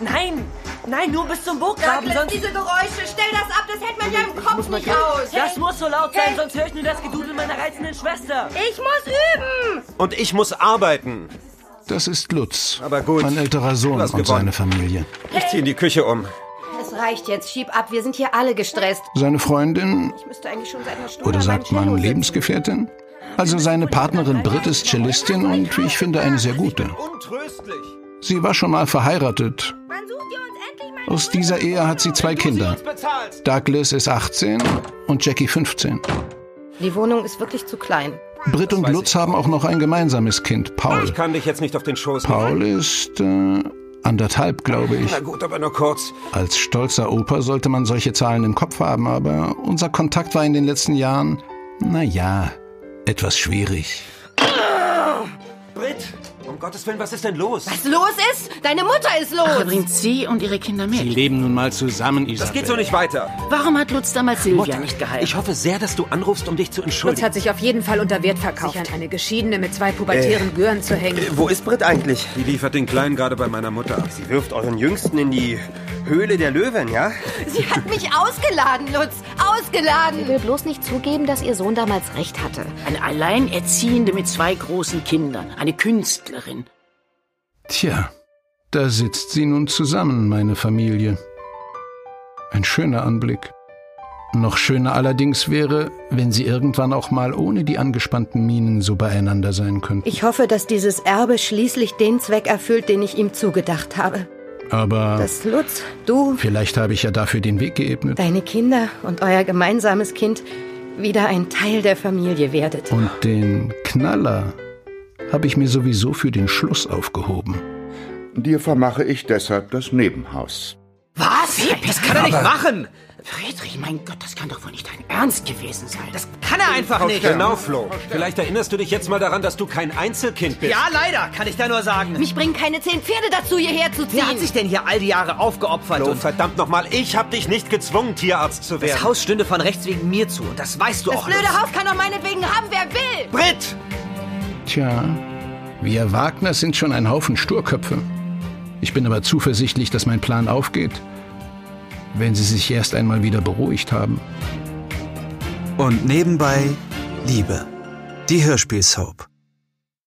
Nein, nein, nur bis zum Burggraben, Douglas, sonst... diese Geräusche, stell das ab, das hält man ja im Kopf muss mal nicht gehen. aus. Das muss so laut sein, Hey. sonst höre ich nur das Gedudel meiner reizenden Schwester. Ich muss üben. Und ich muss arbeiten. Das ist Lutz, Aber gut. mein älterer Sohn Du hast und gewonnen. seine Familie. Ich ziehe in die Küche um. Es reicht jetzt, schieb ab, wir sind hier alle gestresst. Seine Freundin Ich müsste eigentlich schon seit einer Stunde oder an sagt meinem man Cello sitzen. Lebensgefährtin? Also seine Partnerin Britt ist Cellistin und wie ich finde eine sehr gute. Untröstlich. Sie war schon mal verheiratet. Man sucht ihr uns endlich mal Aus dieser Ehe hat sie zwei Kinder. Bezahlst. Douglas ist 18 und Jackie 15. Die Wohnung ist wirklich zu klein. Britt und Lutz haben auch noch ein gemeinsames Kind, Paul. Ich kann dich jetzt nicht auf den Schoß nehmen. Paul ist äh, anderthalb, glaube ich. Na gut, aber nur kurz. Als stolzer Opa sollte man solche Zahlen im Kopf haben, aber unser Kontakt war in den letzten Jahren, naja, etwas schwierig. Britt, um Gottes Willen, was ist denn los? Was los ist? Deine Mutter ist los. Bringt sie und ihre Kinder Die mit. leben nun mal zusammen, Isabel. Das geht so nicht weiter. Warum hat Lutz damals Silvia nicht geheiratet? Ich hoffe sehr, dass du anrufst, um dich zu Lutz entschuldigen. hat sich auf jeden Fall unter Wert verkauft. Sich an eine Geschiedene mit zwei pubertären Gören zu hängen. Wo ist Britt eigentlich? Die liefert den Kleinen gerade bei meiner Mutter ab. Sie wirft euren Jüngsten in die Höhle der Löwen, ja? Sie hat mich ausgeladen, Lutz. Ausgeladen. will bloß nicht zugeben, dass ihr Sohn damals recht hatte. Eine Alleinerziehende mit zwei großen Kindern. Eine Künstlerin. Tja, da sitzt sie nun zusammen, meine Familie. Ein schöner Anblick. Noch schöner allerdings wäre, wenn sie irgendwann auch mal ohne die angespannten Mienen so beieinander sein könnten. Ich hoffe, dass dieses Erbe schließlich den Zweck erfüllt, den ich ihm zugedacht habe. Aber Dass Lutz, du, vielleicht habe ich ja dafür den Weg geebnet. deine Kinder und euer gemeinsames Kind wieder ein Teil der Familie werdet. Und den Knaller habe ich mir sowieso für den Schluss aufgehoben. Dir vermache ich deshalb das Nebenhaus. Was? Das kann er nicht machen! Friedrich, mein Gott, das kann doch wohl nicht dein Ernst gewesen sein. Das Kann er einfach nicht! Genau, Flo. Vielleicht erinnerst du dich jetzt mal daran, dass du kein Einzelkind bist. Ja, leider, kann ich da nur sagen. Mich bringen keine zehn Pferde dazu, hierher zu ziehen. Wer hat sich denn hier all die Jahre aufgeopfert? Flo, und verdammt nochmal, ich hab dich nicht gezwungen, Tierarzt zu das werden. Haus stünde von rechts wegen mir zu. Und das weißt du das auch. blöde Lutz. Haus kann doch meinetwegen haben, wer will. Britt! Tja, wir Wagners sind schon ein Haufen Sturköpfe. Ich bin aber zuversichtlich, dass mein Plan aufgeht, wenn sie sich erst einmal wieder beruhigt haben. Und nebenbei Liebe. Die Hörspielsoap.